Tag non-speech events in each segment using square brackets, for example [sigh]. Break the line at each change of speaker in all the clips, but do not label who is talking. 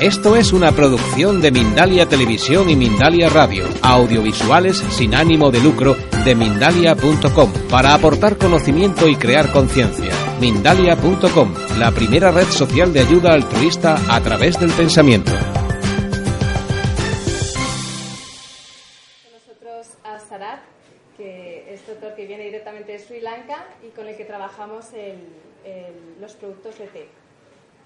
Esto es una producción de Mindalia Televisión y Mindalia Radio, audiovisuales sin ánimo de lucro de mindalia.com, para aportar conocimiento y crear conciencia. Mindalia.com, la primera red social de ayuda altruista a través del pensamiento.
Con nosotros a Sarat, que es doctor que viene directamente de Sri Lanka y con el que trabajamos el- el- los productos de té.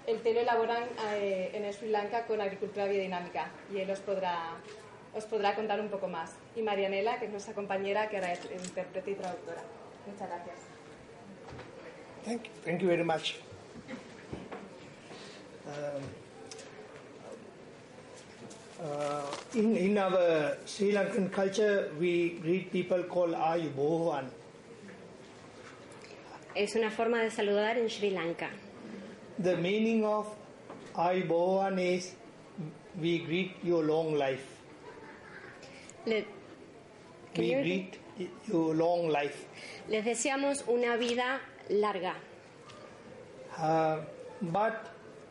El té lo elaboran eh, en el Sri Lanka con agricultura biodinámica y él os podrá, os podrá contar un poco más. Y Marianela, que es nuestra compañera, que ahora es intérprete y traductora. Muchas gracias.
Thank, thank you very much. Um, uh, in, in our Sri Lankan culture, we greet people called Ayubohan.
Es una forma de saludar en Sri Lanka.
The meaning of Ayubohan is we greet your long life.
Le- Can
We
you repeat?
greet your long life.
les deseamos una vida larga.
Uh, but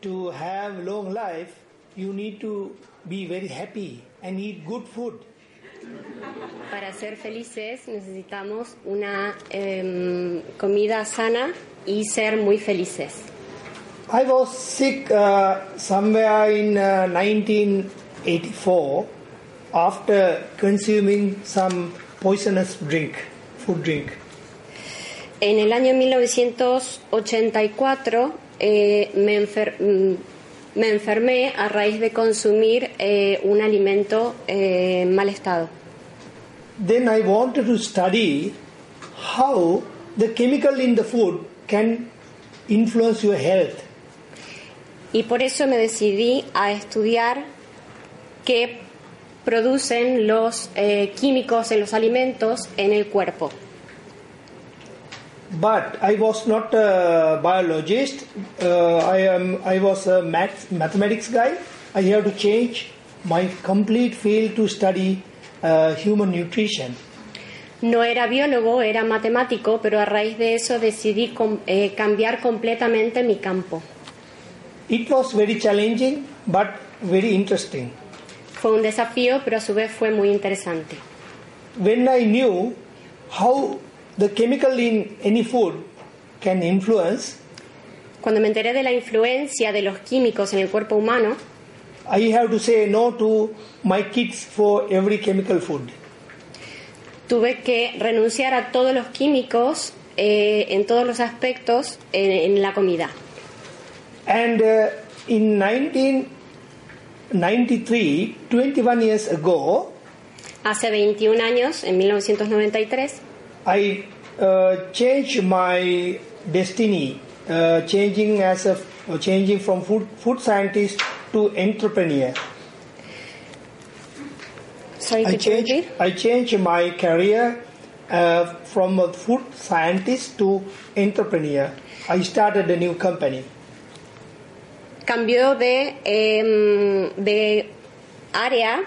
to have long life, you need to be very happy and eat good food.
Para ser felices necesitamos una em, comida sana y ser muy felices.
I was sick oh uh, somewhere in uh, 1984 after consuming some poisonous drink, food drink.
En el año 1984 eh, me, enfer- mm, me enfermé a raíz de consumir eh, un alimento eh, en mal estado.
Then I wanted to study how the chemical in the food can influence your health.
Y por eso me decidí a estudiar qué producen los eh, químicos en los alimentos en el cuerpo.
But I was not a biologist. Uh, I am. I was a math, mathematics guy. I have to change my complete field to study uh, human nutrition.
No era biólogo, era matemático, pero a raíz de eso decidí com- eh, cambiar completamente mi campo.
It was very challenging but very interesting.
Fue un desafío, pero a su vez fue muy interesante.
When I knew how the chemical in any food can influence,
Cuando me enteré de la influencia de los químicos en el cuerpo humano,
I have to say no to my kids for every chemical food.
tuve que renunciar a todos los químicos eh, en todos los aspectos en- en la comida.
And uh, in 1993, 21 years ago,
Hace 21 años, en 1993,
I uh, changed my destiny, uh, changing as a changing from food, food scientist to entrepreneur.
sorry,
I
could you
changed,
repeat?
I changed my career uh, from a food scientist to entrepreneur. I started a new company.
Cambió de, em, de área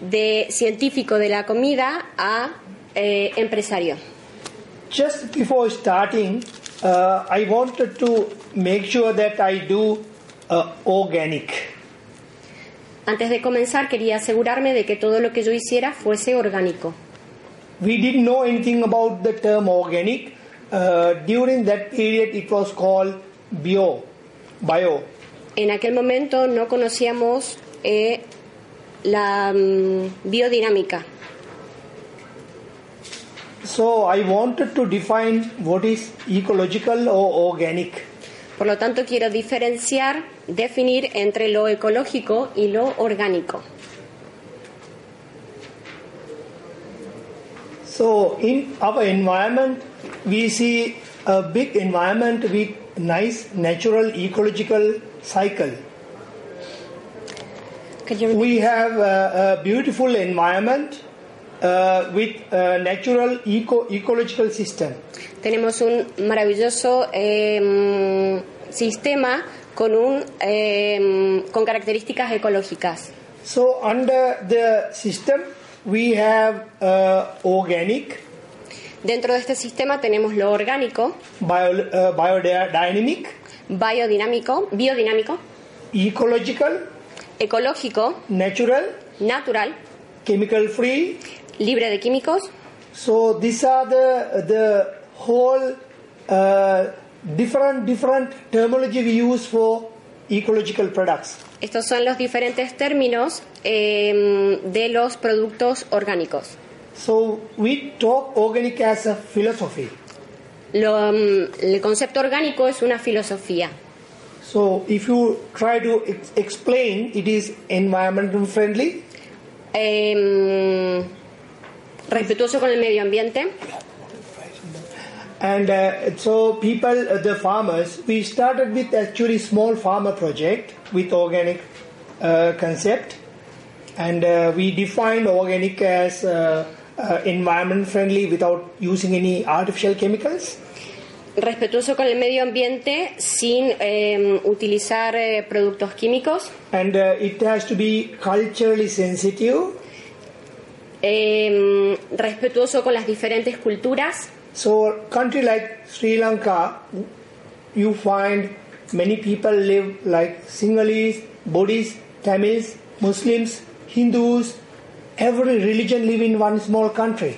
de científico de la comida a eh, empresario.
Just before starting, uh, I wanted to make sure that I do uh, organic.
Antes de comenzar, quería asegurarme de que todo lo que yo hiciera fuese orgánico.
We didn't know anything about the term organic. Uh, during that period, it was called bio, bio.
En aquel momento no conocíamos eh, la mm, biodinámica.
So I wanted to define what is ecological or organic.
Por lo tanto, quiero diferenciar, definir entre lo ecológico y lo orgánico.
So in our environment, we see a big environment with nice natural ecological cycle. We have a, a beautiful environment uh, with a natural eco ecological system.
Tenemos un maravilloso eh, sistema con, un, eh, con características ecológicas.
So under the system, we have uh, organic,
Dentro de este sistema tenemos lo orgánico,
bio, uh, biodynamic,
biodinámico, biodinámico,
ecological,
ecológico,
natural,
natural,
chemical free.
libre de químicos.
So these are the the whole uh, different different terminology we use for ecological products.
Estos son los diferentes términos eh, de los productos orgánicos.
So we talk organic as a philosophy.
Lo, mm, el concepto orgánico es una filosofía.
So if you try to ex- explain, it is environmental friendly,
Eh, respetuoso con el medio ambiente.
and uh, so people, uh, the farmers, we started with actually small farmer project with organic uh, concept, and uh, we defined organic as uh, uh, environment friendly without using any artificial chemicals.
Respetuoso con el medio ambiente sin eh, utilizar eh, productos químicos.
And uh, it has to be culturally sensitive.
Eh, respetuoso con las diferentes culturas.
So, country like Sri Lanka, you find many people live like Sinhalese, Buddhists, Tamils, Muslims, Hindus. Every religion live in one small country.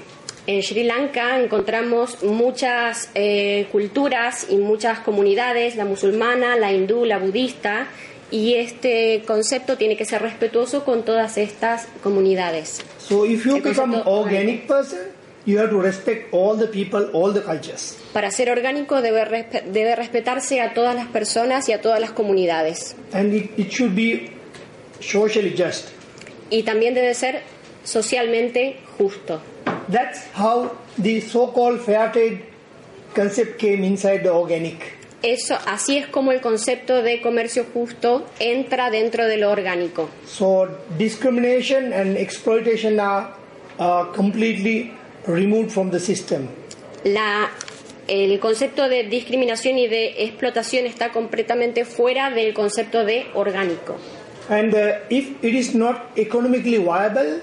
En Sri Lanka encontramos muchas eh, culturas y muchas comunidades, la musulmana, la hindú, la budista, y este concepto tiene que ser respetuoso con todas estas comunidades.
So, if you
It is
become
a-
organic person, you have to respect all the people, all the cultures.
Para ser orgánico debe, respe- debe respetarse a todas las personas y a todas las comunidades,
And it, it should be socially just.
y también debe ser socialmente justo.
That's how the so-called fair trade concept came inside the organic.
Eso, así es como el concepto de comercio justo entra dentro de lo orgánico.
So discrimination and exploitation are uh, completely removed from the system.
La- el concepto de discriminación y de explotación está completamente fuera del concepto de orgánico.
And uh, if it is not economically viable,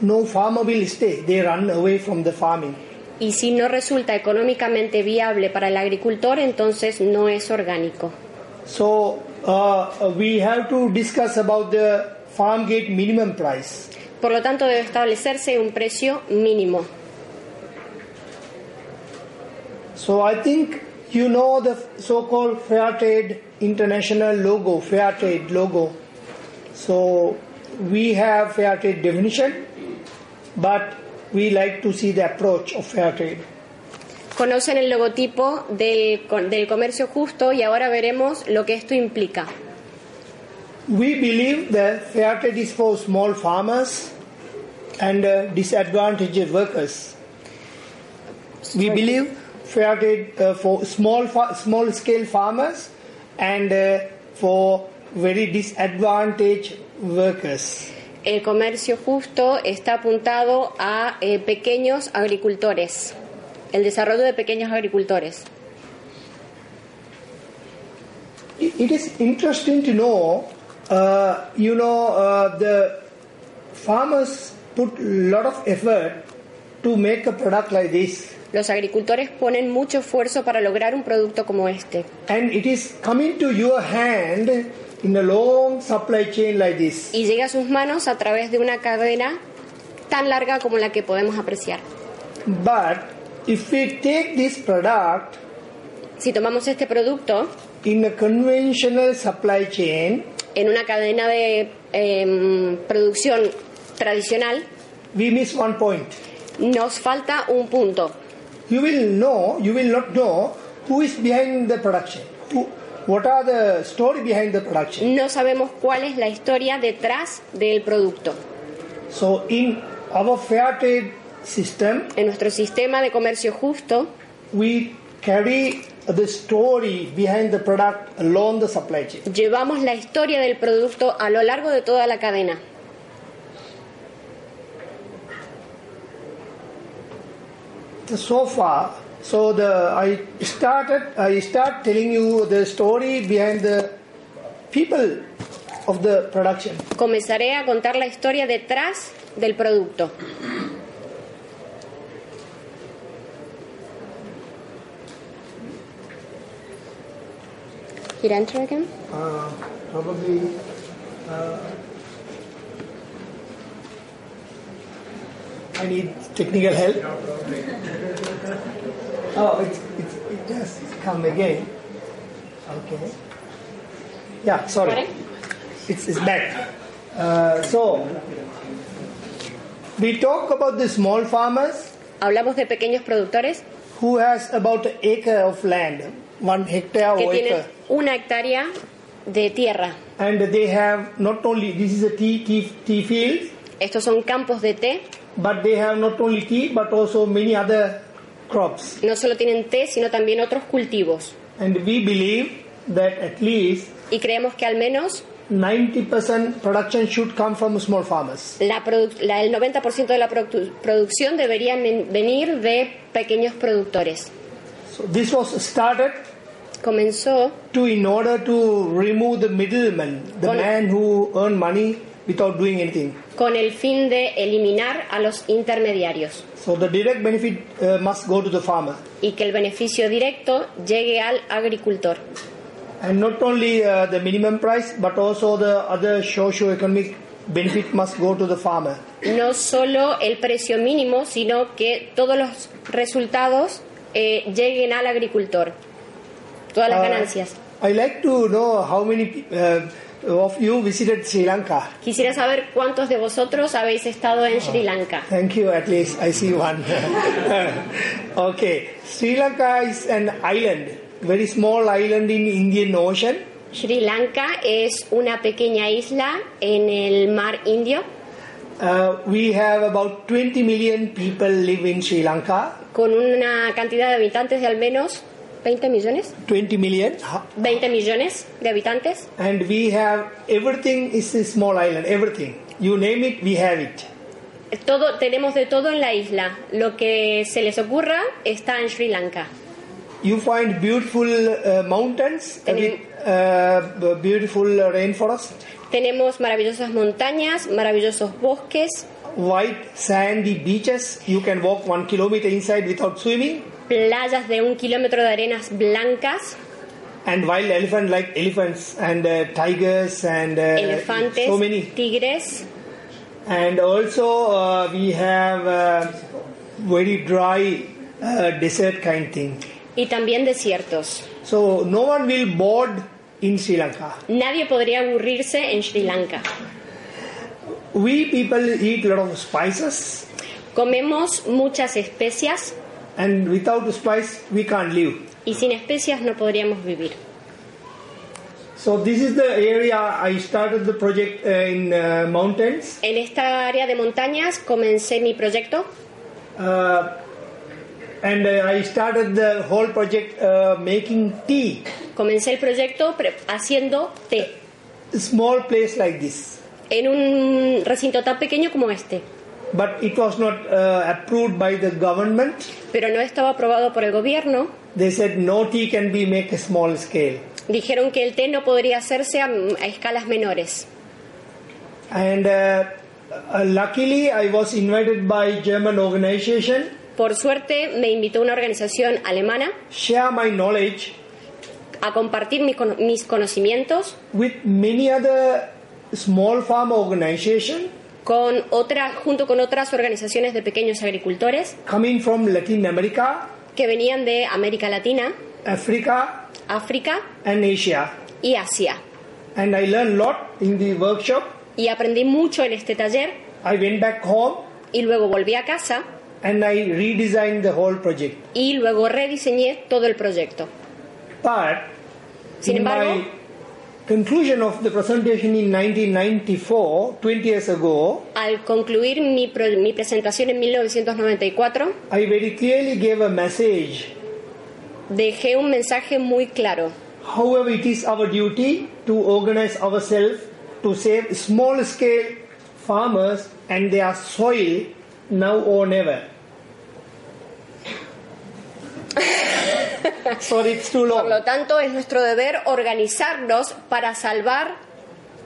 no farmer will stay. They run away from the farming.
Y si no resulta económicamente viable para el agricultor, entonces no es orgánico.
So uh, we have to discuss about the farm gate minimum price.
Por lo tanto, debe establecerse un precio mínimo.
So I think you know the so-called fair trade international logo, fair trade logo. So we have fair trade definition, but we like to see the approach of fair trade.
Conocen el logotipo del, con- del comercio justo y ahora veremos lo que esto implica.
We believe that fair trade is for small farmers and uh, disadvantaged workers. We believe fair trade uh, for small fa- small scale farmers and uh, for very disadvantaged workers.
El comercio justo está apuntado a eh, pequeños agricultores, el desarrollo de pequeños agricultores.
It is interesting to know, uh, you know, uh, the farmers put lot of effort to make a product like this,
Los agricultores ponen mucho esfuerzo para lograr un producto como este
and it is coming to your hand in a long supply chain like this.
y llega a sus manos a través de una cadena tan larga como la que podemos apreciar.
But if we take this product
Si tomamos este producto
in a conventional supply chain,
en una cadena de em, producción tradicional,
we miss one point.
nos falta un punto.
you will know you will not know who is behind the production who what are the story behind the production
No sabemos cuál es la historia detrás del producto.
so in our fair trade system
En nuestro sistema de comercio justo
we carry the story behind the product along the supply chain
llevamos la historia del producto a lo largo de toda la cadena.
so far so the i started i start telling you the story behind the people of the production
Comenzaré a contar la historia detrás del producto. Did I enter again?
uh, probably uh, I need technical help. [laughs] Oh, it's, it's, it does come again. Okay. Yeah, sorry.
Sorry?
It's, it's back. Uh, so, we talk about the small farmers
Hablamos de pequeños productores
who has about an acre of land, one hectare
que
or
tienen
acre.
una hectárea de tierra.
And they have not only, this is a tea, tea, tea field,
Estos son campos de té.
but they have not only tea, but also many other crops.
No solo tienen té, sino también otros cultivos.
And we believe that at least
Y creemos que al menos
90% production should come from small farmers.
la produ- la- el 90% de la produ- producción debería men- venir de pequeños productores.
So this was started
Comenzó
to in order to remove the middleman, the
Col-
man who earn money without doing anything.
con el fin de eliminar a los intermediarios
So the direct benefit uh, must go to the farmer.
y que el beneficio directo llegue al agricultor.
And not only uh, the minimum price, but also the other socio-economic benefit must go to the farmer.
No solo el precio mínimo, sino que todos los resultados eh, lleguen al agricultor. Todas las
Uh,
ganancias.
I like to know how many uh, of you visited Sri Lanka.
Quisiera saber cuántos de vosotros habéis estado en Sri Lanka.
Thank you, at least I see one. [laughs] okay, Sri Lanka is an island, very small island in Indian Ocean.
Sri Lanka es una pequeña isla en el mar Indio.
Uh, we have about 20 million people live in Sri Lanka.
con una cantidad de habitantes de al menos 20 millones,
20 million.
20 millones de habitantes
And we have everything is a small island, everything. You name it, we have it.
todo tenemos de todo en la isla. Lo que se les ocurra está en Sri Lanka.
You find beautiful uh, mountains, a bit, uh, beautiful rainforest,
Tenemos maravillosas montañas, maravillosos bosques,
white sandy beaches. You can walk one kilometer inside without swimming.
playas de un kilómetro de arenas blancas,
and wild elephant like elephants and uh, tigers and uh,
elefantes,
so many
tigres
and also uh, we have uh, very dry uh, desert kind thing
y también desiertos.
so no one will board in sri lanka
Nadie podría aburrirse en Sri Lanka.
we people eat a lot of spices
Comemos muchas especias
and without spice we can't live
y sin especias no podríamos vivir.
so this is the area i started the project uh, in uh, mountains
En esta área de montañas comencé mi proyecto
uh, and uh, i started the whole project uh, making tea
Comencé el proyecto pre- haciendo té
small place like this
en un recinto tan pequeño como este,
but it was not uh, approved by the government
pero no estaba aprobado por el gobierno.
they said no tea can be make a small scale
Dijeron que el té no podría hacerse a, a escalas menores.
and uh, uh, luckily i was invited by german organization
Por suerte me invitó una organización alemana
share my knowledge
a compartir mi cono- mis conocimientos
with many other small farm organization
con otra, junto con otras organizaciones de pequeños agricultores
coming from latin america
que venían de América Latina,
africa
África
and asia
y Asia.
and i learned a lot in the workshop
Y aprendí mucho en este taller
i went back home
y luego volví a casa
and i redesigned the whole project
y luego rediseñé todo el proyecto.
But
Sin
in
embargo-
my conclusion of the presentation in 1994, 20 years ago,
Al concluir mi, pro- mi presentación en 1994,
I very clearly gave a message.
dejé un mensaje muy claro.
However, it is our duty to organize ourselves to save small scale farmers and their soil now or never. Sorry, it's too
Por
long.
lo tanto, es nuestro deber organizarnos para salvar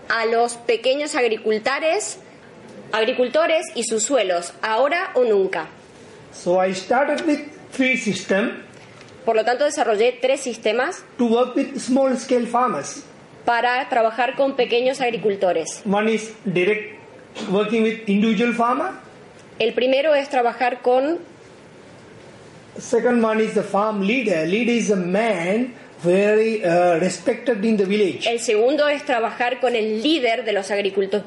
a los pequeños agricultores, agricultores y sus suelos, ahora o nunca.
So I started with three system
Por lo tanto, desarrollé tres sistemas
to work with small scale farmers.
para trabajar con pequeños agricultores.
One is direct working with individual farmer,
El primero es trabajar con
Second one is the farm leader. Leader is a man very uh, respected in the village.
El segundo es trabajar con el líder de los, agriculto-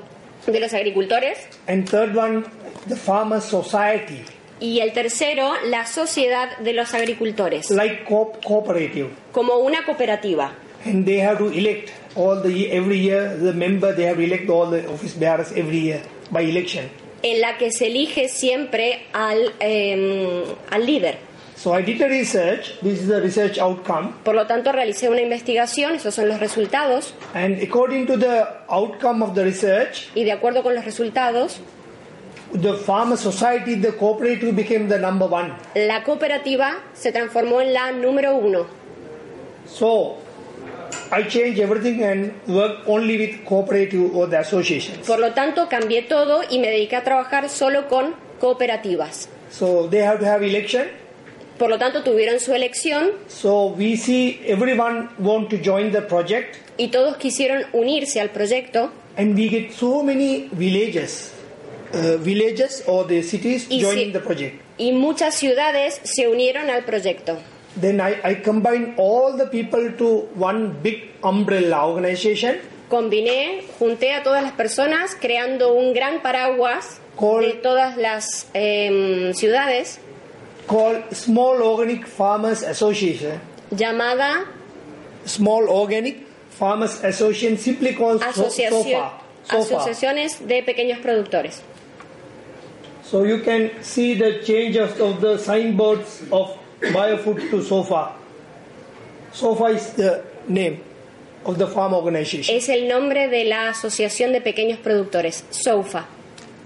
de los agricultores.
And third one, the farmer society,
Y el tercero, la sociedad de los agricultores,
like co- cooperative.
como una cooperativa.
And they have to elect all the every year the member. They have to elect all the office bearers every year by election.
en la que se elige siempre al, eh, al líder.
So I did a research. This is the research outcome.
Por lo tanto, realicé una investigación, esos son los resultados,
And according to the outcome of the research,
y de acuerdo con los resultados,
the farmer society, the cooperative became the number one.
la cooperativa se transformó en la número uno.
So I changed everything and worked only with cooperative or the associations.
Por lo tanto, cambié todo y me dediqué a trabajar solo con cooperativas.
So they have to have election.
Por lo tanto, tuvieron su elección
So we see everyone want to join the project
y todos quisieron unirse al proyecto
and we get so many villages, uh, villages or the cities
y,
joining
ci-
the project.
y muchas ciudades se unieron al proyecto.
Then I, I combine all the people to one big umbrella organization
combiné, junté a todas las personas creando un gran paraguas
Col-
de todas las em, ciudades
called Small Organic Farmers Association.
llamada
Small Organic Farmers Association simply called so-
Asociación,
SOFA. SOFA.
Asociaciones de Pequeños Productores.
So you can see the changes of the signboards of Biofood to SOFA. SOFA is the name of the farm organization.
Es el nombre de la Asociación de Pequeños Productores, SOFA.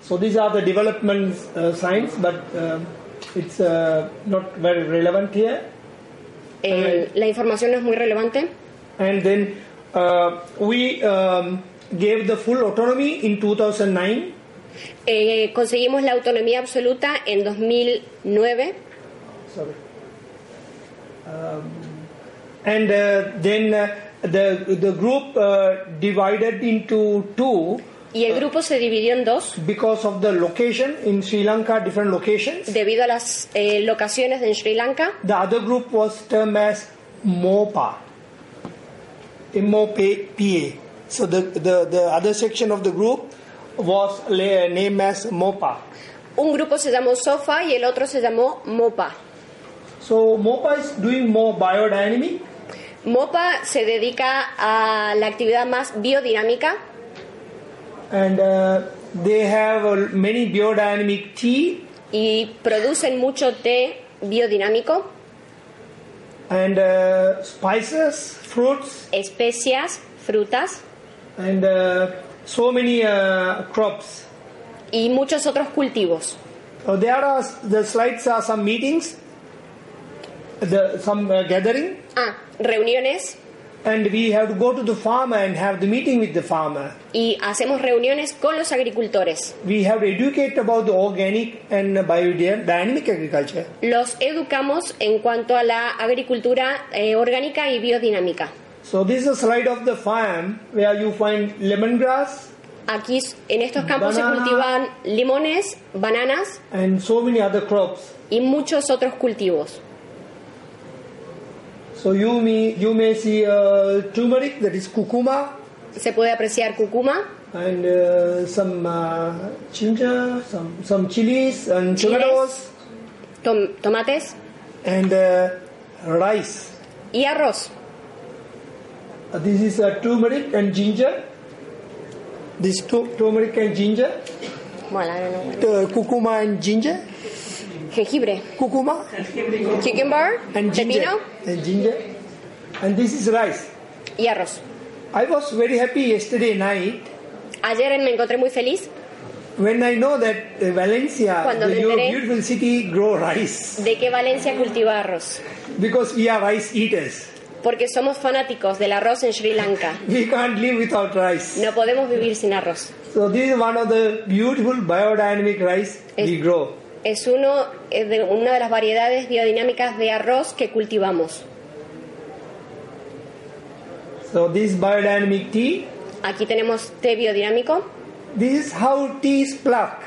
So these are the development uh, signs, but um it's uh, not very relevant here.
El- la información no es muy relevante.
And then uh, we um, gave the full autonomy in 2009.
Eh, conseguimos la autonomía absoluta en 2009
Sorry. Um, and uh, then uh, the the group uh, divided into two.
y el grupo se dividió en dos
because of the location in Sri Lanka, different locations.
debido a las eh, locaciones en Sri Lanka.
The other group was termed as MOPA, M-O-P-A. So the, the, the other section of the group was la- named as MOPA.
Un grupo se llamó SOFA y el otro se llamó MOPA.
So MOPA is doing more biodynamic
MOPA se dedica a la actividad más biodinámica
and uh, they have uh, many biodynamic tea
y producen mucho té biodinámico,
and uh, spices, fruits
especias, frutas
and uh, so many uh, crops.
y muchos otros cultivos.
So there are the slides are some meetings, the some uh, gathering,
Ah, reuniones
and we have to go to the farmer and have the meeting with the farmer.
y hacemos reuniones con los agricultores.
We have to educate about the organic and biodynamic agriculture.
Los educamos en cuanto a la agricultura eh, orgánica y biodinámica.
So this is a slide of the farm where you find lemongrass
Aquí s- en estos campos se
Banana.
cultivan limones, bananas
and so many other crops.
y muchos otros cultivos.
So you may you may see uh, turmeric that is cucuma
Se puede apreciar cúcuma,
and uh, some uh, ginger, some some chilies and
Chiles.
tomatoes
tom- tomates
and uh, rice.
y arroz.
Uh, This is uh, turmeric and ginger. This tu- turmeric and ginger,
Bueno, ahora no, bueno.
uh, cucuma and ginger,
Jengibre,
cucuma
chicken bar,
and ginger,
pepino
and ginger, and this is rice.
y arroz.
I was very happy yesterday night
Ayer me encontré muy feliz
when I know that uh, Valencia,
Cuando me
the- your
enteré.
beautiful city, grow rice
de que Valencia cultiva arroz,
because we are rice eaters.
porque somos fanáticos del arroz en Sri Lanka.
We can't live without rice.
No podemos vivir sin arroz.
So this is one of the beautiful biodynamic rice we
Es-
grow.
Es uno es de una de las variedades biodinámicas de arroz que cultivamos.
So this biodynamic tea.
Aquí tenemos té biodinámico.
This is how tea is plucked.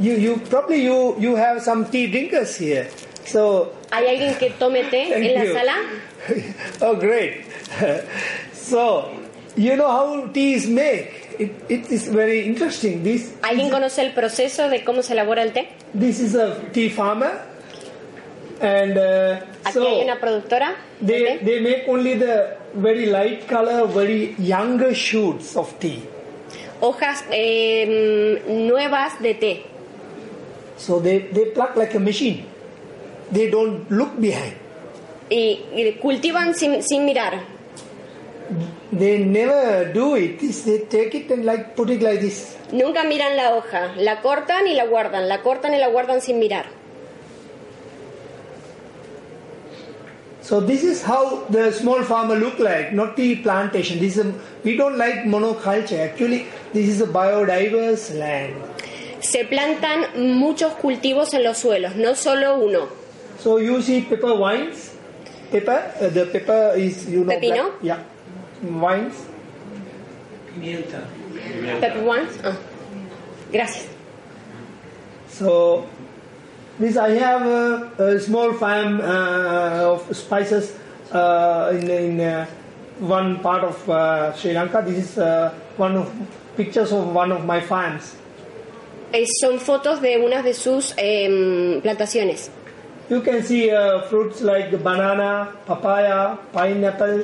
You, you probably you you have some tea drinkers here. So [laughs]
¿Hay alguien que tome té en la
Thank you.
sala?
oh, great. [laughs] so, you know how tea is made. It, it is very interesting. This
¿Alguien conoce el proceso de cómo se elabora el té?
this is a tea farmer, and uh,
Aquí hay
so
una productora. de
they
té.
they make only the very light color, very younger shoots of tea.
Hojas eh, nuevas de té.
So they they pluck like a machine. They don't look behind.
Y, y cultivan sin, sin mirar.
They never do it. This- They take it and like put it like this.
Nunca miran la hoja. La cortan y la guardan. La cortan y la guardan sin mirar.
So this is how the small farmer look like, not the plantation. This is a, we don't like monoculture. Actually, this is a biodiverse land.
Se plantan muchos cultivos en los suelos, no solo uno.
So you see pepper vines. Pepper, uh, the pepper is you know.
Pepino?
black- yeah, vines.
Pepper Ones. Ah. Gracias.
So this I have a, a small farm uh, of spices uh, in, in uh, one part of uh, Sri Lanka. This is uh, one of pictures of one of my farms.
Eh, son fotos de unas de sus em, plantaciones.
You can see uh, fruits like banana, papaya, pineapple,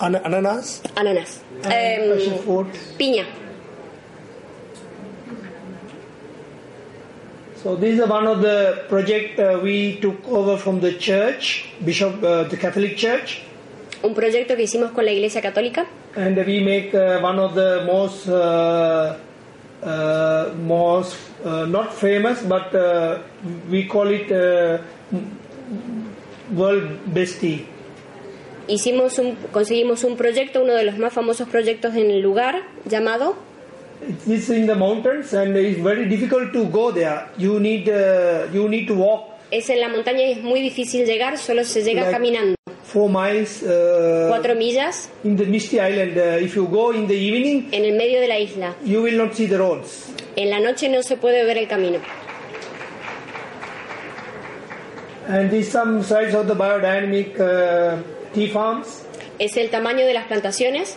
an- ananas,
Ananas.
and
Em,
passion fruit.
piña.
So this is one of the project uh, we took over from the church, Bishop, uh, the Catholic Church,
Un proyecto que hicimos con la Iglesia Católica.
and we make uh, one of the most, uh, uh, most uh, not famous, but uh, we call it uh, world best tea.
Hicimos un, conseguimos un proyecto, uno de los más famosos proyectos en el lugar, llamado.
It's in the mountains and it's very difficult to go there. You need uh, you need to walk
Es en la montaña y es muy difícil llegar, solo se llega
Like-
caminando.
four miles uh,
Cuatro millas
in the misty island. Uh, if you go in the evening,
en el medio de la isla.
you will not see the roads.
En la noche no se puede ver el camino.
And these some sites of the biodynamic uh, tea farms.
Es el tamaño de las plantaciones.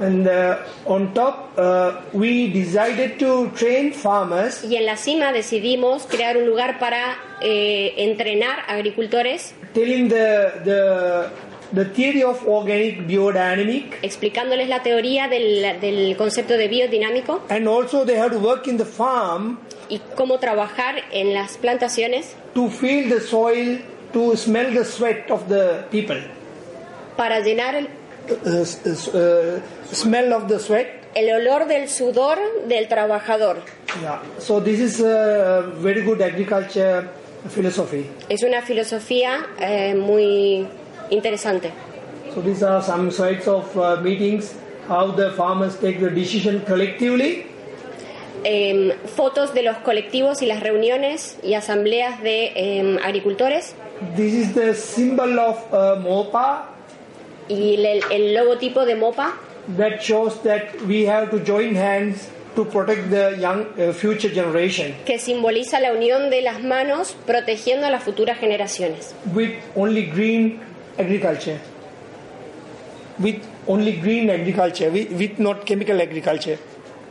And uh, on top, uh, we decided to train farmers
Y en la cima decidimos crear un lugar para eh, entrenar agricultores,
telling the the the theory of organic biodynamic.
explicándoles la teoría del, del concepto de biodinámico
And also, they have to work in the farm
y cómo trabajar en las plantaciones
to feel the soil, to smell the sweat of the people,
para llenar el,
uh, s- s- uh, smell of the sweat.
el olor del sudor del trabajador.
Yeah. So this is a very good agriculture philosophy.
Es una filosofía eh, muy interesante.
So these are some sites of uh, meetings how the farmers take the decision collectively.
Em, fotos de los colectivos y las reuniones y asambleas de em, agricultores
This is the symbol of uh, MOPA
y el, el logotipo de MOPA
that shows that we have to join hands to protect the young uh, future generation
que simboliza la unión de las manos protegiendo a las futuras generaciones
with only green agriculture. With only green agriculture, with, with not chemical agriculture.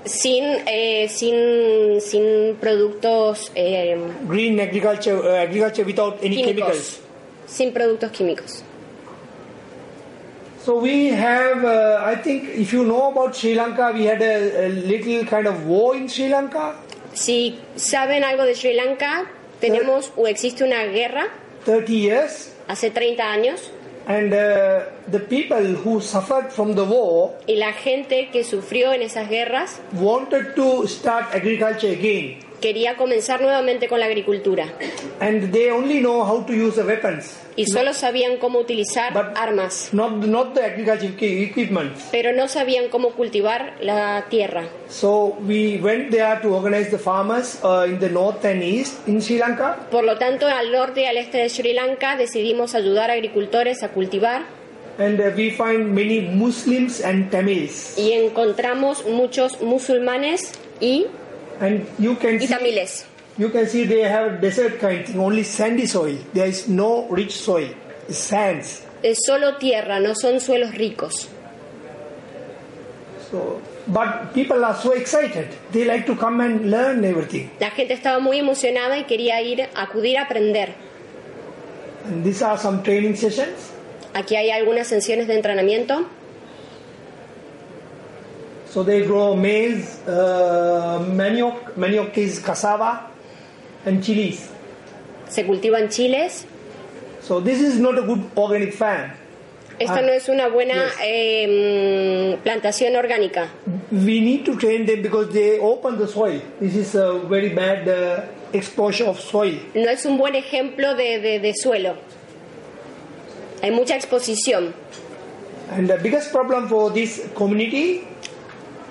sin eh, sin sin productos eh,
Green agriculture, uh, agriculture without any chemicals.
químicos sin productos químicos
So we have, uh, I think, if you know about Sri Lanka, we had a, a little kind of war in Sri Lanka.
si saben algo de Sri Lanka tenemos o existe una guerra
30 years
hace 30 años
and uh, the people who suffered from the war
y la gente que sufrió en esas guerras
wanted to start agriculture again
quería comenzar nuevamente con la agricultura
and they only know how to use the weapons
y solo sabían cómo utilizar
But-
armas
not not the agriculture equi- equipment
pero no sabían cómo cultivar la tierra
so we went there to organize the farmers uh, in the north and east in sri lanka
Por lo tanto, al norte y al este de Sri Lanka decidimos ayudar a agricultores a cultivar
and uh, we find many muslims and tamils
y encontramos muchos musulmanes y
And you can
y
see,
tamiles.
you can see they have desert kind thing, only sandy soil. There is no rich soil. It's sands.
Es solo tierra, no son suelos ricos.
So, but people are so excited. They like to come and learn everything.
La gente estaba muy emocionada y quería ir, acudir a aprender.
And these are some training sessions.
Aquí hay algunas sesiones de entrenamiento.
So they grow maize, uh, manioc. Manioc is cassava, and chilies.
Se cultivan chiles.
So this is not a good organic farm.
Esta
Ah,
no es una buena
yes.
eh, mm, plantación orgánica.
We need to train them because they open the soil. This is a very bad uh, exposure of soil.
No es un buen ejemplo de, de- de suelo. Hay mucha exposición.
And the biggest problem for this community,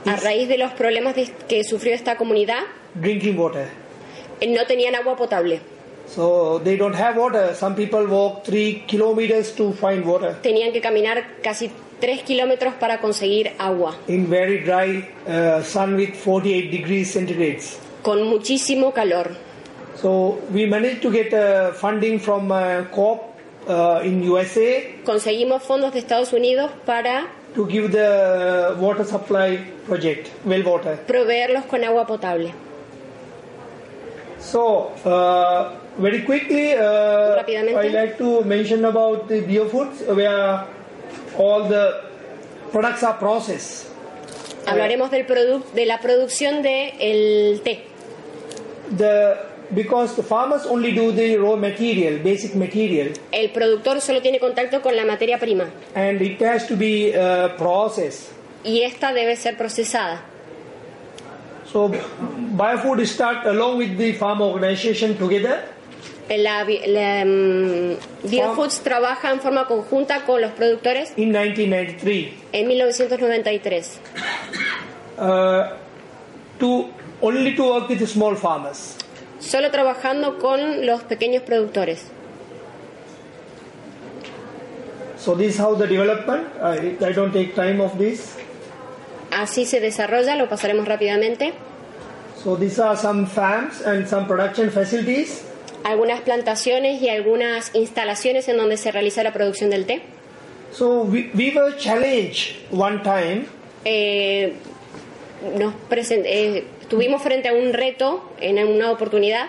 A raíz de los problemas de- que sufrió esta comunidad,
drinking water.
eh, no tenían agua potable.
So they don't have water. Some people walk three kilometers to find water
Tenían que caminar casi 3 kilómetros para conseguir agua,
in very dry uh, sun with 48 degrees centigrades.
con muchísimo calor.
So we managed to get uh, funding from uh, COP uh, in USA
Conseguimos fondos de Estados Unidos para
to give the water supply project well water.
proveerlos con agua potable.
So, uh, very quickly, uh,
Rápidamente.
I like to mention about the biofoods where all the products are processed.
Hablaremos del produc- de la producción del el té.
The because the farmers only do the raw material, basic material,
El productor solo tiene contacto con la materia prima
and it has to be uh, processed.
y esta debe ser procesada.
So, biofood start along with the farm organization together.
La, bi- la, mm, Biofoods trabaja en forma conjunta con los productores
In 1993,
en 1993
uh, to only to work with the small farmers.
solo trabajando con los pequeños productores.
So this is how the development. I, I don't take time of this.
Así se desarrolla, lo pasaremos rápidamente.
So these are some farms and some production facilities.
Algunas plantaciones y algunas instalaciones en donde se realiza la producción del té.
So we, we were challenged one time
Eh, nos presen- eh, estuvimos frente a un reto en una oportunidad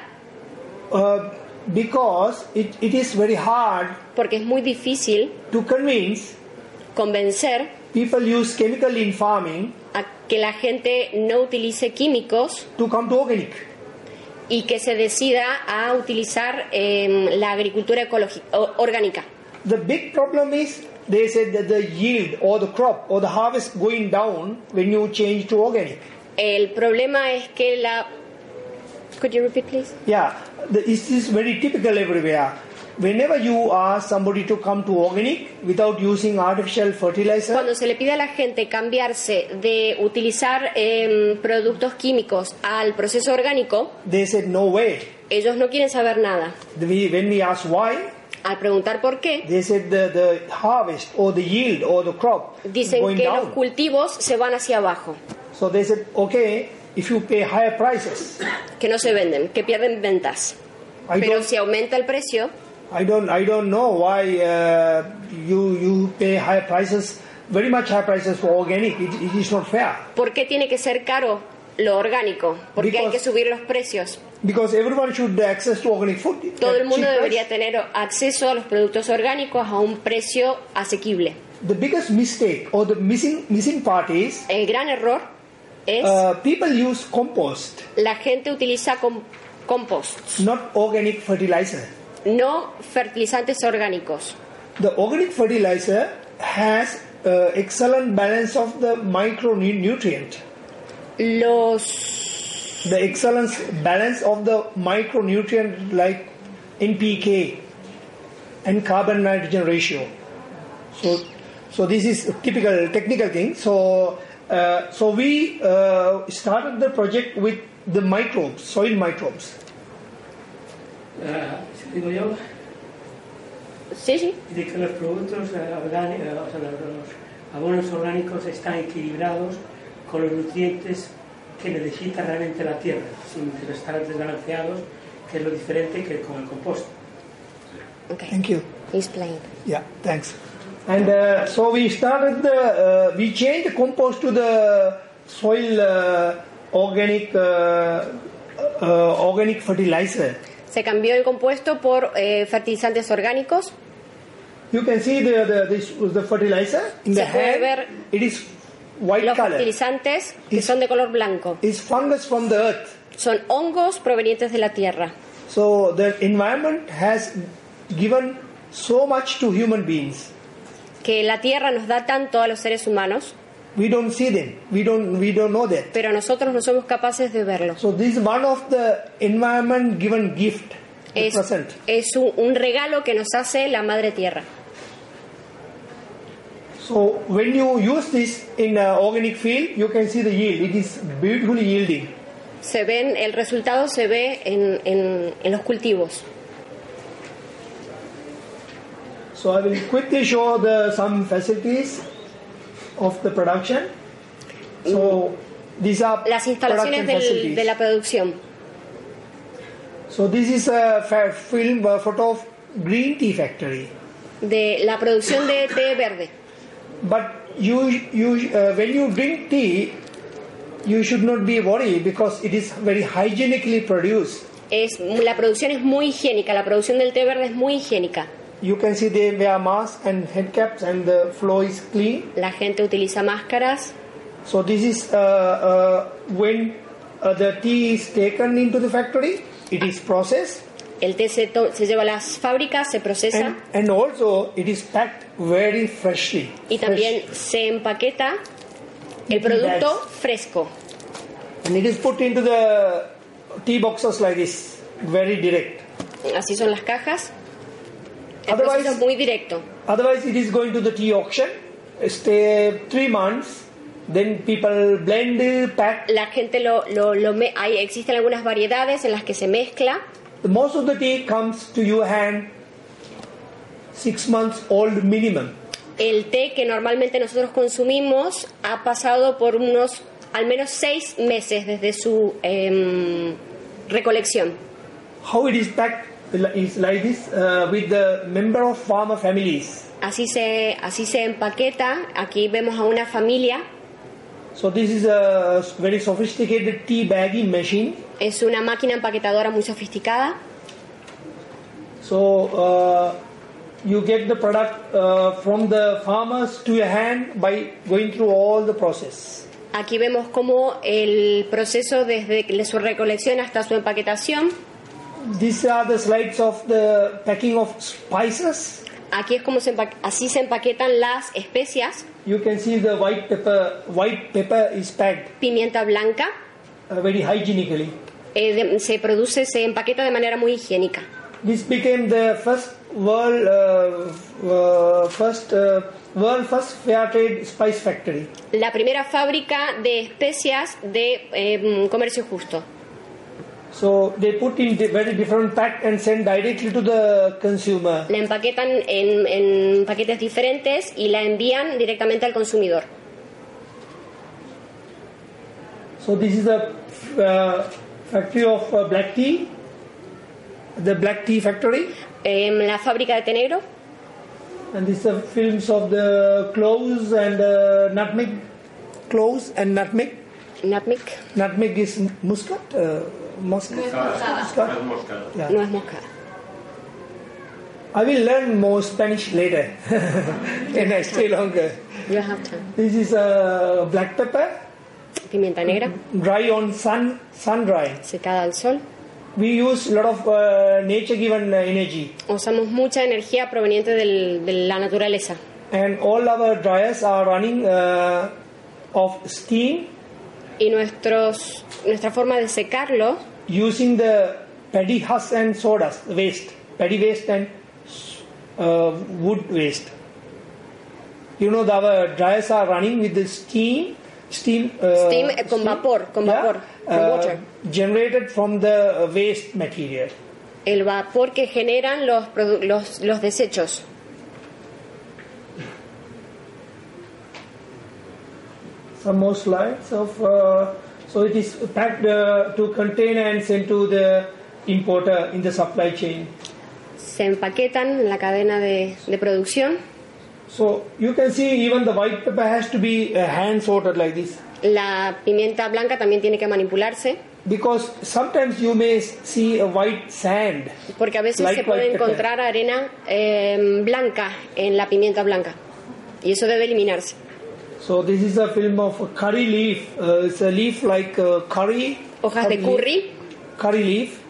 uh, because it, it is very hard
porque es muy difícil
to convince
convencer
people use chemical in farming
a que la gente no utilice químicos
to come to organic.
y que se decida a utilizar em, la agricultura ecológica orgánica.
The big problem is they said that the yield or the crop or the harvest going down when you change to organic.
El problema es que la Could you repeat, please?
Yeah, the, this is very typical everywhere. Whenever you ask somebody to come to organic without using artificial fertilizer,
Cuando se le pide a la gente cambiarse de utilizar em, productos químicos al proceso orgánico,
they said no way.
ellos no quieren saber nada.
We, when we asked why,
Al preguntar por qué,
they said the, the harvest or the yield or the crop is
dicen
going
que los
down.
cultivos se van hacia abajo,
So they said, okay, if you pay higher prices,
que no se venden, que pierden ventas.
I
Pero
don't,
si aumenta el precio,
I don't, I don't know why uh, you you pay higher prices, very much higher prices for organic. It, it is not fair
¿por qué tiene que ser caro lo orgánico? ¿Por qué hay
Because-
que subir los precios?
because everyone should access to organic food.
Todo
at
el mundo
cheap price.
debería tener acceso a los productos orgánicos a un precio asequible.
The biggest mistake or the missing missing part is
El gran error es
uh, people use compost,
la gente utiliza com- compost,
not organic fertilizer.
no fertilizantes orgánicos.
The organic fertilizer has uh, excellent balance of the micronutrient.
Los
The excellence balance of the micronutrient like NPK and carbon nitrogen ratio. So, so this is a typical technical thing. So, uh, so we uh, started the project with the microbes, soil microbes.
Ah, digo yo,
sí, sí,
de que los productos eh, orgánicos, eh, o sea, los, los abonos orgánicos están equilibrados con los nutrientes que necesita realmente la tierra, sin restaurantes desbalanceados, que es lo diferente que con el compost.
Okay.
Thank you.
He's playing.
Yeah, thanks. And uh, so we started the, uh, we changed compost to the soil uh, organic uh, uh, organic fertilizer.
Se cambió el compuesto por eh, fertilizantes orgánicos.
You can see the the, this, the fertilizer in the
Se puede
hand.
ver
It is white
Los
color.
fertilizantes que son de color blanco
It's fungus from the earth.
son hongos provenientes de la tierra.
So the environment has given so much to human beings.
Que la tierra nos da tanto a los seres humanos,
We don't see them. We don't we don't know that.
pero nosotros no somos capaces de verlos.
So this is one of the environment given gift. the
Es,
present.
es un, un regalo que nos hace la madre tierra.
So when you use this in uh, organic field, you can see the yield. It is beautifully yielding.
Se ven, el resultado se ve en, en- en los cultivos.
So I will quickly show the some facilities of the production. So these are
Las instalaciones
production
del-
facilities.
de la producción.
So this is a fa- film uh, photo of green tea factory.
de la producción de té verde.
But you you uh, when you drink tea, you should not be worried because it is very hygienically produced.
Es, la producción es muy higiénica, la producción del té verde es muy higiénica.
You can see they wear masks and head caps, and the floor is clean.
La gente utiliza máscaras.
So this is uh, uh, when uh, the tea is taken into the factory, it is processed
El té se, to- se lleva a las fábricas, se procesa
and, and also it is packed very freshly.
y también se empaqueta el producto fresco.
Fresh. And it is put into the tea boxes like this, very direct.
Así son las cajas. El
Otherwise-
proceso es muy directo.
Otherwise, it is going to the tea auction, stay three months, then people blend, pack.
La gente lo, lo, lo me- hay, existen algunas variedades en las que se mezcla.
Most of the tea comes to your hand six months old minimum.
El té que normalmente nosotros consumimos ha pasado por unos al menos seis meses desde su em, recolección.
how it is packed is like this uh, with the member of farmer families.
Así se, así se empaqueta. Aquí vemos a una familia.
So this is a very sophisticated tea bagging machine.
Es una máquina empaquetadora muy sofisticada.
So uh, you get the product uh, from the farmers to your hand by going through all the process.
Aquí vemos cómo el proceso desde su recolección hasta su empaquetación.
These are the slides of the packing of spices.
Aquí es como se empa- así se empaquetan las especias.
You can see the white pepper. White pepper is packed
Pimienta blanca.
uh, very hygienically.
eh, de- se produce, se empaqueta de manera muy higiénica.
This became the first world uh, uh, first uh, world first fair trade spice factory.
La primera fábrica de especias de eh, comercio justo.
So they put in di- very different pack and send directly to the consumer.
La empaquetan en, en paquetes diferentes y la envían directamente al consumidor.
So this is the uh, factory of uh, black tea, the black tea factory,
Eh, la fábrica de té negro,
and this is the films of the cloves and uh, nutmeg, cloves and nutmeg.
Napmic,
Nutmeg is m- muscat, uh, muscat. Muscat. Yeah.
no es moscada.
I will learn more Spanish later [laughs] when I stay longer.
You have time.
This is uh, black pepper,
Pimienta negra,
dry on sun, sun dry.
secada al sol.
We use a lot of uh, nature given uh, energy,
Usamos mucha energía proveniente del- de la naturaleza.
and all our dryers are running uh, of steam
Y nuestros, nuestra forma de secarlo
using the paddy husk and sawdust waste, paddy waste and uh, wood waste. You know, the, our dryers are running with the steam, steam, uh,
Steam, eh, con vapor, con vapor, con
uh,
water.
generated from the uh, waste material.
el vapor que generan los, produ- los, los desechos.
Some more slides of uh, So it is packed uh, to container and sent to the importer in the supply chain.
Se empaquetan en la cadena de, de producción.
So you can see even the white pepper has to be uh, hand sorted like this
La pimienta blanca también tiene que manipularse
because sometimes you may s- see a white sand.
porque a veces
Like
se puede
white pepper.
encontrar arena eh, blanca en la pimienta blanca y eso debe eliminarse.
So this is a film of a curry leaf. Uh, it's a leaf like uh, curry.
Hojas de
leaf-
curry.
Curry leaf.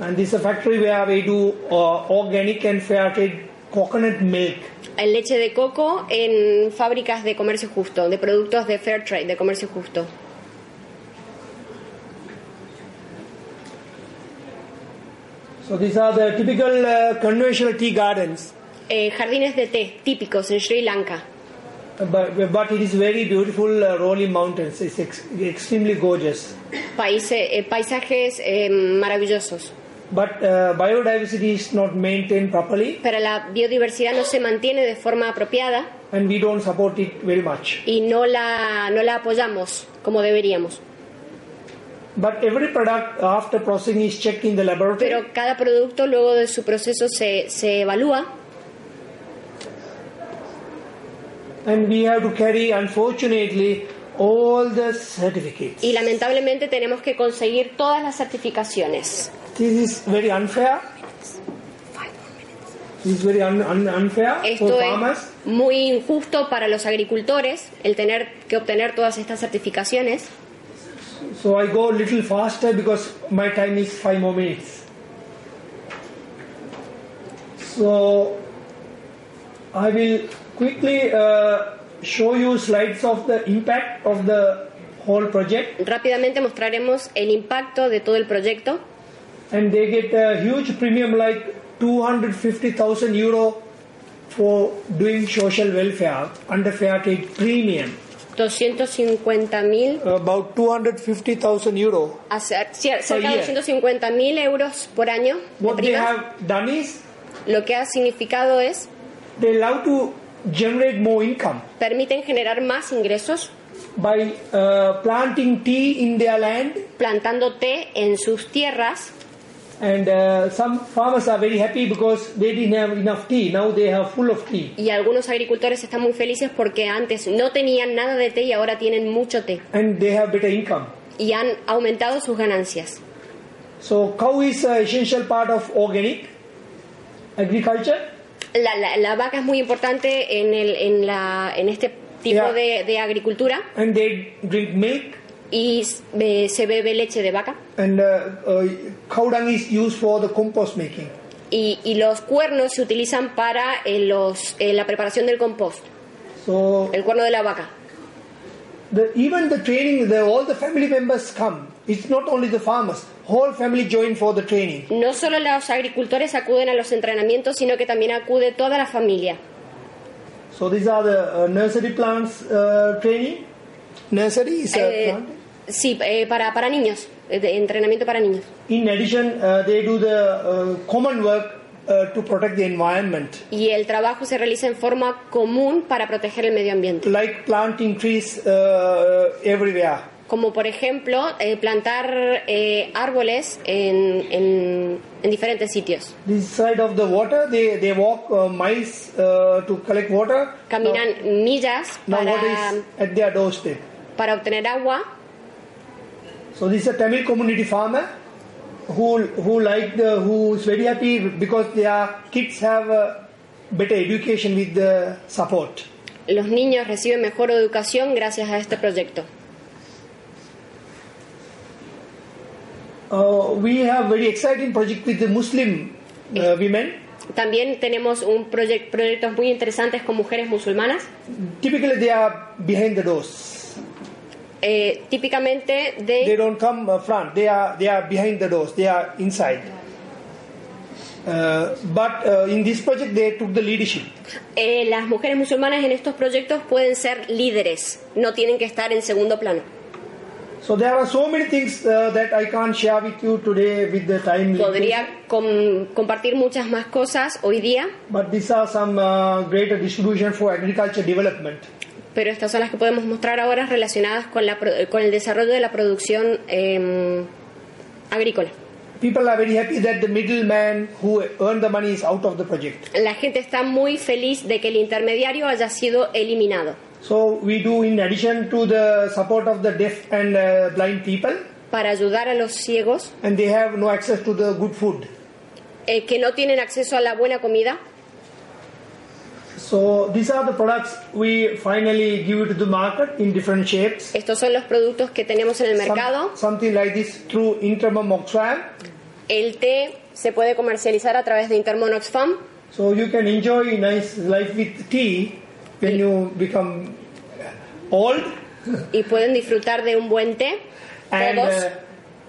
And this is a factory where we do uh, organic and fair trade coconut milk.
En leche de coco en fábricas de comercio justo, de productos de fair trade, de comercio justo.
So these are the typical uh, conventional tea gardens,
Eh, jardines de té típicos en Sri Lanka.
Uh, but, but it is very beautiful uh, rolling mountains. It's ex- extremely gorgeous.
Países, eh, paisajes eh, maravillosos.
But uh, biodiversity is not maintained properly,
Pero la biodiversidad no se mantiene de forma apropiada
and we don't support it very much.
y no la, no la apoyamos como deberíamos.
But every product after processing is checked in the laboratory.
Pero cada producto luego de su proceso se, se evalúa
And we have to carry, unfortunately, all the certificates.
y lamentablemente tenemos que conseguir todas las certificaciones.
This is very unfair. This is very un- un- unfair for
Esto es
farmers.
muy injusto para los agricultores el tener que obtener todas estas certificaciones.
So I go a little faster because my time is five more minutes. So I will quickly uh, show you slides of the impact of the whole project,
Rápidamente mostraremos el impacto de todo el proyecto.
and they get a huge premium like 250,000 euro for doing social welfare under fair trade premium.
250.000,
About 250,000 euro.
a cer- cier- cerca
year.
de 250.000 euros por año. de
What they
primas.
have done is
Lo que ha significado es
they love to generate more income.
permiten generar más ingresos
by uh, planting tea in their land
plantando té en sus tierras.
and uh, some farmers are very happy because they didn't have enough tea now they are full of tea
Y algunos agricultores están muy felices porque antes no tenían nada de té y ahora tienen mucho té.
and they have better income
Y han aumentado sus ganancias.
so cow is an essential part of organic agriculture
La, la- la vaca es muy importante en, el, en, la, en este tipo
Ya.
de, de agricultura
and they drink milk
y s- eh, se bebe leche de vaca.
and uh, uh, cow dung is used for the compost making
Y, y los cuernos se utilizan para eh, los, eh, la preparación del compost,
so
el cuerno de la vaca.
the, even the training the, all the family members come it's not only the farmers whole family join for the training
No solo los agricultores acuden a los entrenamientos, sino que también acude toda la familia.
So these are the uh, nursery plants uh, training. Nursery is a
Eh,
plant.
sí, eh, para, para niños, eh, de- entrenamiento para niños.
In addition, uh, they do the uh, common work uh, to protect the environment,
Y el trabajo se realiza en forma común para proteger el medio ambiente.
like planting trees uh, everywhere.
Como por ejemplo eh, plantar eh, árboles en, en- en diferentes sitios.
This side of the water, they, they walk uh, miles uh, to collect water.
Caminan millas
Now, now
para,
water is at their doorstep.
para obtener agua.
So this is a Tamil community farmer who who like the, who is very happy because their kids have uh, better education with the support.
Los niños reciben mejor educación gracias a este proyecto.
Uh, we have very exciting project with the Muslim uh, women.
También tenemos un proyec- proyectos muy interesantes con mujeres musulmanas.
Typically, they are behind the doors.
Eh, típicamente
They
de
don't come uh, front. They are they are behind the doors. They are inside. Uh, but uh, in this project, they took the leadership.
eh, las mujeres musulmanas en estos proyectos pueden ser líderes, no tienen que estar en segundo plano.
So there are so many things uh, that I can't share with you today with the time. limitation.
Podría com- compartir muchas más cosas hoy día,
But these are some uh, greater distribution for agriculture development.
pero estas son las que podemos mostrar ahora relacionadas con, la, pro- con el desarrollo de la producción eh, agrícola.
People are very happy that the middleman who earned the money is out of the project.
La gente está muy feliz de que el intermediario haya sido eliminado.
So we do in addition to the support of the deaf and uh, blind people,
para ayudar a los ciegos
and they have no access to the good food.
eh, que no tienen acceso a la buena comida.
So these are the products we finally give to the market in different shapes.
Estos son los productos que tenemos en el
Some-
mercado.
something like this through Intermum Oxfam.
El té se puede comercializar a través de Intermonoxfam.
So you can enjoy nice life with tea when you become old.
y pueden disfrutar de un buen té
And
todos.
uh,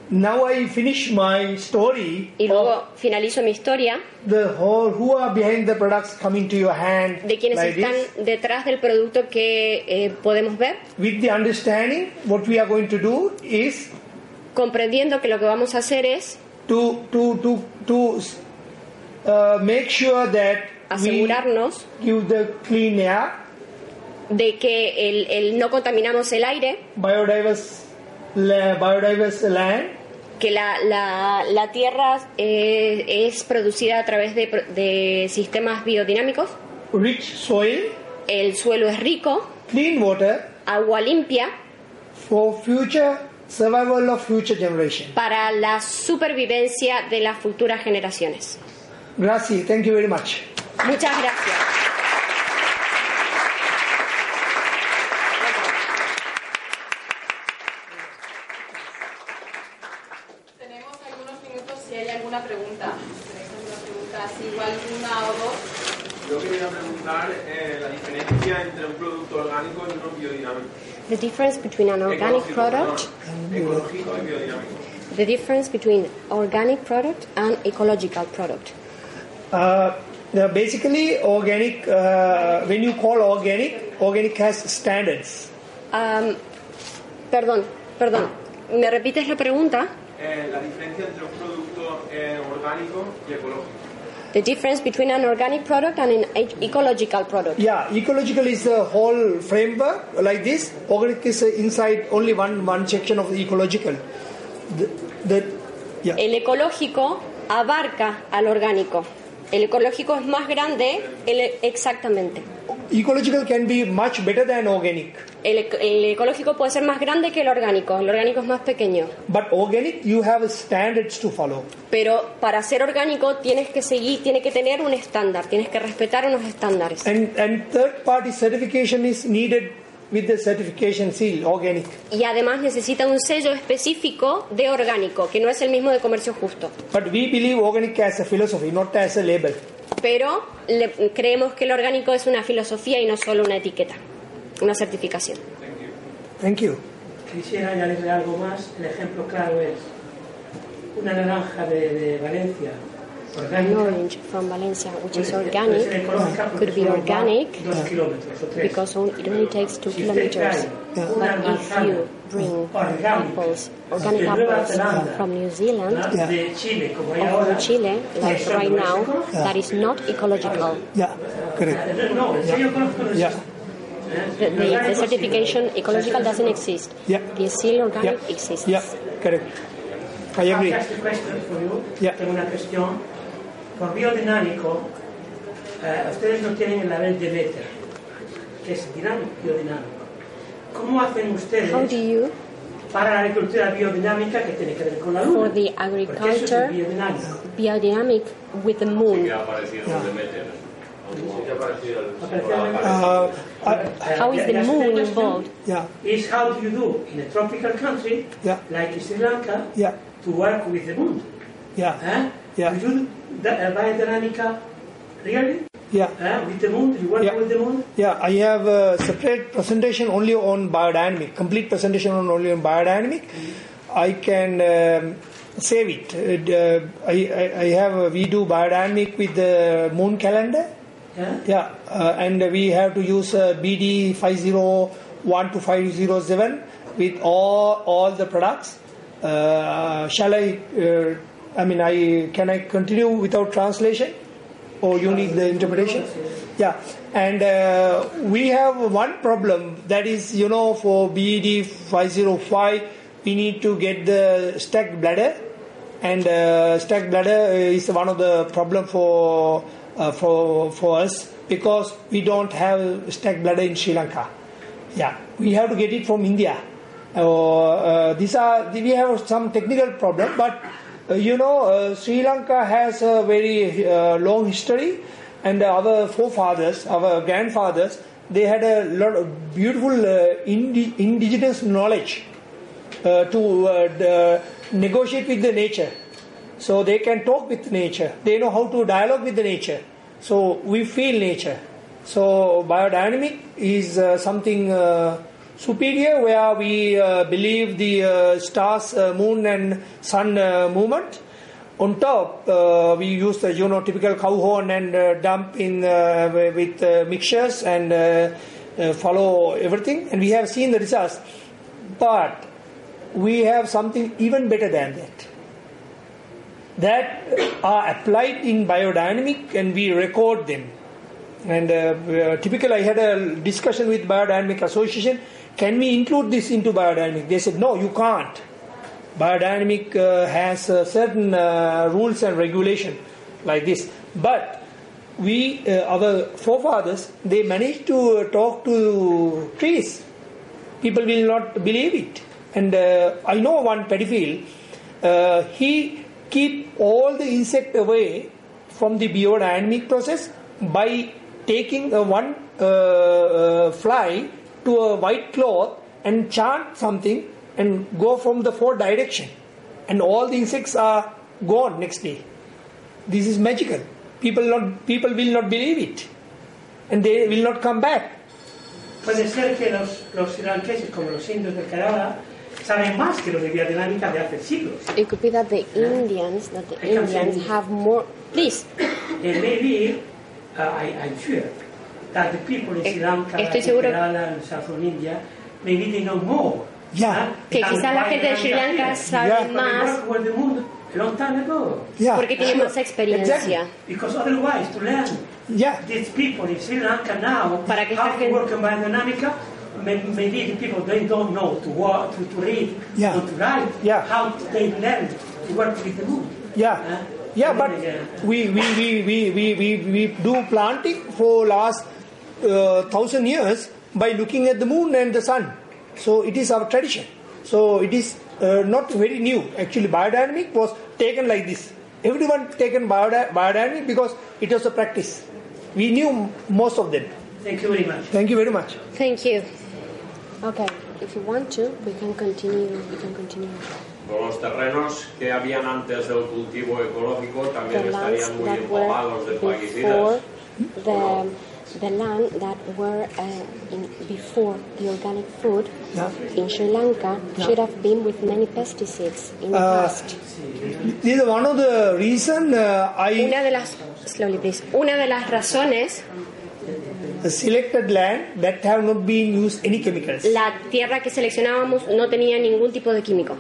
now I finish my story.
Y luego finalizo mi historia
The whole who are behind the products coming to your hand
de quienes
like
están
this,
detrás del producto que eh, podemos ver,
with the understanding what we are going to do is
comprendiendo que lo que vamos a hacer es
to to to to uh, make sure that we
asegurarnos
give the clean air,
de que el, el- no contaminamos el aire,
biodiverse la, biodiverse land,
que la, la- la tierra eh, es producida a través de, pro- de sistemas biodinámicos,
rich soil,
el suelo es rico,
clean water
agua limpia
for future survival of future generation.
para la supervivencia de las futuras generaciones.
Gracias. Thank you very much.
Muchas gracias.
Tenemos algunos minutos si hay alguna pregunta. ¿Tenéis alguna pregunta? Si igual una o dos.
Yo quería preguntar eh, la diferencia entre un producto orgánico y uno biodinámico.
The difference between an organic
Ecológico,
product,
perdón. Ecológico y biodinámico.
the difference between organic product and ecological product.
Uh, the- basically, organic. Uh, when you call organic, organic has standards.
Um, perdón, perdón. ¿Me repites la pregunta?
Eh, la diferencia entre un producto eh, orgánico y ecológico.
The difference between an organic product and an e- ecological product.
Yeah, ecological is the whole framework like this. Organic is uh, inside only one one section of the ecological. The, the yeah.
El ecológico abarca al orgánico. El ecológico es más grande, el e- exactamente.
ecological can be much better than organic
El, ec- el ecológico puede ser más grande que el orgánico, el orgánico es más pequeño.
but organic you have standards to follow
Pero para ser orgánico tienes que seguir, tiene que tener un estándar, tienes que respetar unos estándares.
and and third party certification is needed with the certification seal organic
Y además necesita un sello específico de orgánico, que no es el mismo de comercio justo.
but we believe organic as a philosophy not as a label
Pero le- creemos que el orgánico es una filosofía y no solo una etiqueta, una certificación.
thank you
Quisiera añadirle algo más. El ejemplo claro es una naranja de, de Valencia
An
orgánica.
orange from Valencia, which is
puede ser-
organic,
puede ser ecológica porque
could be
solo va
organic
Dos kilómetros o tres.
because it only takes two
Si usted
kilometers.
trae una
But if
manzana
you bring
orgánica
apples, organic
de Nueva
apples
Zelanda,
from New
¿verdad?
Zealand
de Chile, como hay
or
ahora,
from Chile, like
eso no
right
es
now,
ecológico.
that is not ecological.
yeah correct
Entonces, no, eso yo conozco los-
Yeah.
¿eh?
The, the,
Orgánico
the
sí.
certification ecological doesn't exist.
Yeah.
The seal organic exists.
yeah correct i agree
Fantastic question for you.
Yeah.
Tengo una cuestión. Por biodinámico, eh, ustedes no tienen el label de beta, que es dinámico, biodinámico. ¿Cómo hacen ustedes
How do you,
para la agricultura biodinámica que tiene que ver con la
for
luna?
the
Porque eso es el
agriculture,
biodinámico.
biodynamic with the moon?
uh, I,
Ah,
Eh,
How is the moon involved?
yeah
Is how do you do in a tropical country
Yeah.
like Sri Lanka
yeah
to work with the moon?
yeah
Eh?
Yeah.
Do you do the- uh, biodynamica really?
yeah
Eh? With the moon? You work
Yeah.
with the moon?
Yeah, I have a separate presentation only on biodynamic, complete presentation on only on biodynamic. I can um, save it. it uh, I, I, I have a, we do biodynamic with the moon calendar.
Eh?
Yeah, uh, and we have to use uh, BD 501 to 507 with all all the products. Uh, shall I? Uh, I mean, I can I continue without translation? or you need the interpretation? Yeah, and uh, we have one problem that is, you know, for BED 505, we need to get the stacked bladder, and uh, stacked bladder is one of the problem for uh, for for us because we don't have stacked bladder in Sri Lanka. Yeah, we have to get it from India. Or uh, these are we have some technical problem, but uh, you know uh, Sri Lanka has a very uh, long history, and our forefathers, our grandfathers, they had a lot of beautiful uh, indi- indigenous knowledge uh, to uh, d- uh, negotiate with the nature. So they can talk with nature. They know how to dialogue with the nature. So we feel nature. So biodynamic is uh, something uh, superior where we uh, believe the uh, stars, uh, moon, and sun uh, movement. On top, uh, we use the you know typical cow horn and uh, dump in uh, wi- with uh, mixtures and uh, uh, follow everything, and we have seen the results. But we have something even better than that that are applied in biodynamic and we record them. And uh, uh, typical, I had a discussion with Biodynamic Association. Can we include this into biodynamic? They said, no, you can't. Biodynamic uh, has uh, certain uh, rules and regulation like this. But we, uh, our forefathers, they managed to uh, talk to trees people will not believe it. And uh, I know one pedophile, uh, he keep all the insect away from the biodynamic process by taking uh, one uh, uh, fly to a white cloth and chant something and go from the four direction. And all the insects are gone next day. This is magical. People not people will not believe it, and they will not come back.
Puede ser que los, los irlandeses, como los indios del Kerala, saben más que los de biodinámica de hace siglos.
It could be that the Indians, that the Indians have more. Please.
And maybe, uh, I, I'm sure, that the people in Sri Lanka,
Eh, Estoy
in
seguro-
Kerala, in Southern India, maybe they know more.
Yeah.
huh,
Que
than
quizás la gente de Sri Lanka
biodynamic
sabe
Yeah.
people. They
más
worked with the moon a long time ago.
Yeah,
porque tiene más
Exactly.
experiencia.
Because otherwise, to learn
Yeah.
these people in Sri Lanka now
Para que
how
esta
to
gente-
work in biodynamica, may- maybe the people they don't know to work, to, to read,
Yeah.
or to write,
Yeah.
how they learn to work with the moon. Huh?
Yeah, yeah,
And
but
then, uh,
we we we we we we, we do planting for last uh, thousand years by looking at the moon and the sun. So it is our tradition. So it is uh, not very new. Actually, biodynamic was taken like this. Everyone taken biodi- biodynamic because it was a practice. We knew most of them.
Thank you very much.
Thank you very much.
Thank you. Okay, if you want to, we can continue. We can continue.
Por los terrenos que habían antes del cultivo ecológico
The
también
lands
estarían muy
that were
empapados de
before
plaguicidas.
the the land that were uh, in, before the organic food
Yeah.
in Sri Lanka should have been with many pesticides in the
Uh,
past.
This is one of the reason uh, I
Una de las slowly please. Una de las razones
selected land that have not been used any chemicals.
la tierra que seleccionábamos no tenía ningún tipo de químico.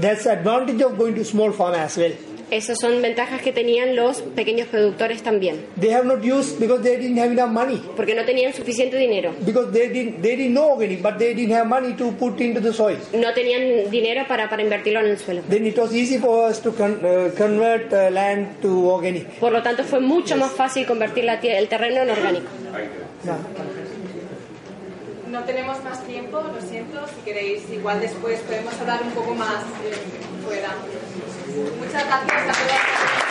That's the advantage of going to small farm as well.
Esas son ventajas que tenían los pequeños productores también,
They have not used because they didn't have enough money.
porque no tenían suficiente dinero.
Because they didn't they didn't know organic, but they didn't have money to put into the soil.
No tenían dinero para, para invertirlo en el suelo.
Then it was easy for us to con, uh, convert uh, land to organic.
Por lo tanto, fue mucho más fácil convertir la tie- el terreno en orgánico.
Yeah.
No tenemos más tiempo, lo siento. Si queréis, igual después podemos hablar un poco más eh, fuera. Muchas gracias a todos.